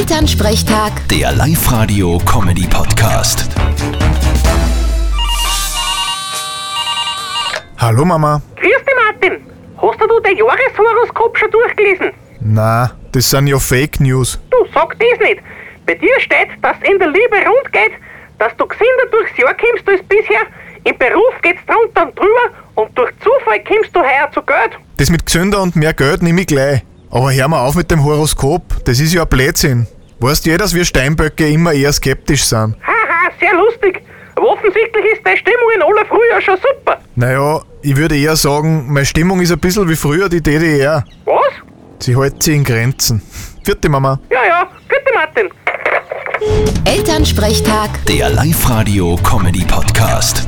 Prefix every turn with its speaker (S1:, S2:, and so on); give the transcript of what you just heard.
S1: Elternsprechtag,
S2: Der Live-Radio-Comedy-Podcast.
S3: Hallo Mama.
S4: Grüß dich, Martin. Hast du dein Jahreshoroskop schon durchgelesen?
S3: Na, das sind ja Fake News.
S4: Du, sag das nicht. Bei dir steht, dass in der Liebe rund geht, dass du gesünder durchs Jahr kommst als bisher, im Beruf geht's drunter und drüber und durch Zufall kommst du heuer zu Geld.
S3: Das mit gesünder und mehr Geld nehme ich gleich. Aber hör mal auf mit dem Horoskop, das ist ja ein Blödsinn. Weißt ja, dass wir Steinböcke immer eher skeptisch sind.
S4: Haha, sehr lustig. Aber offensichtlich ist deine Stimmung in aller Früh ja schon super.
S3: Naja, ich würde eher sagen, meine Stimmung ist ein bisschen wie früher die DDR.
S4: Was?
S3: Sie hält sich in Grenzen. Vierte Mama.
S4: Ja, ja. Bitte, Martin.
S1: Elternsprechtag.
S2: Der Live-Radio-Comedy-Podcast.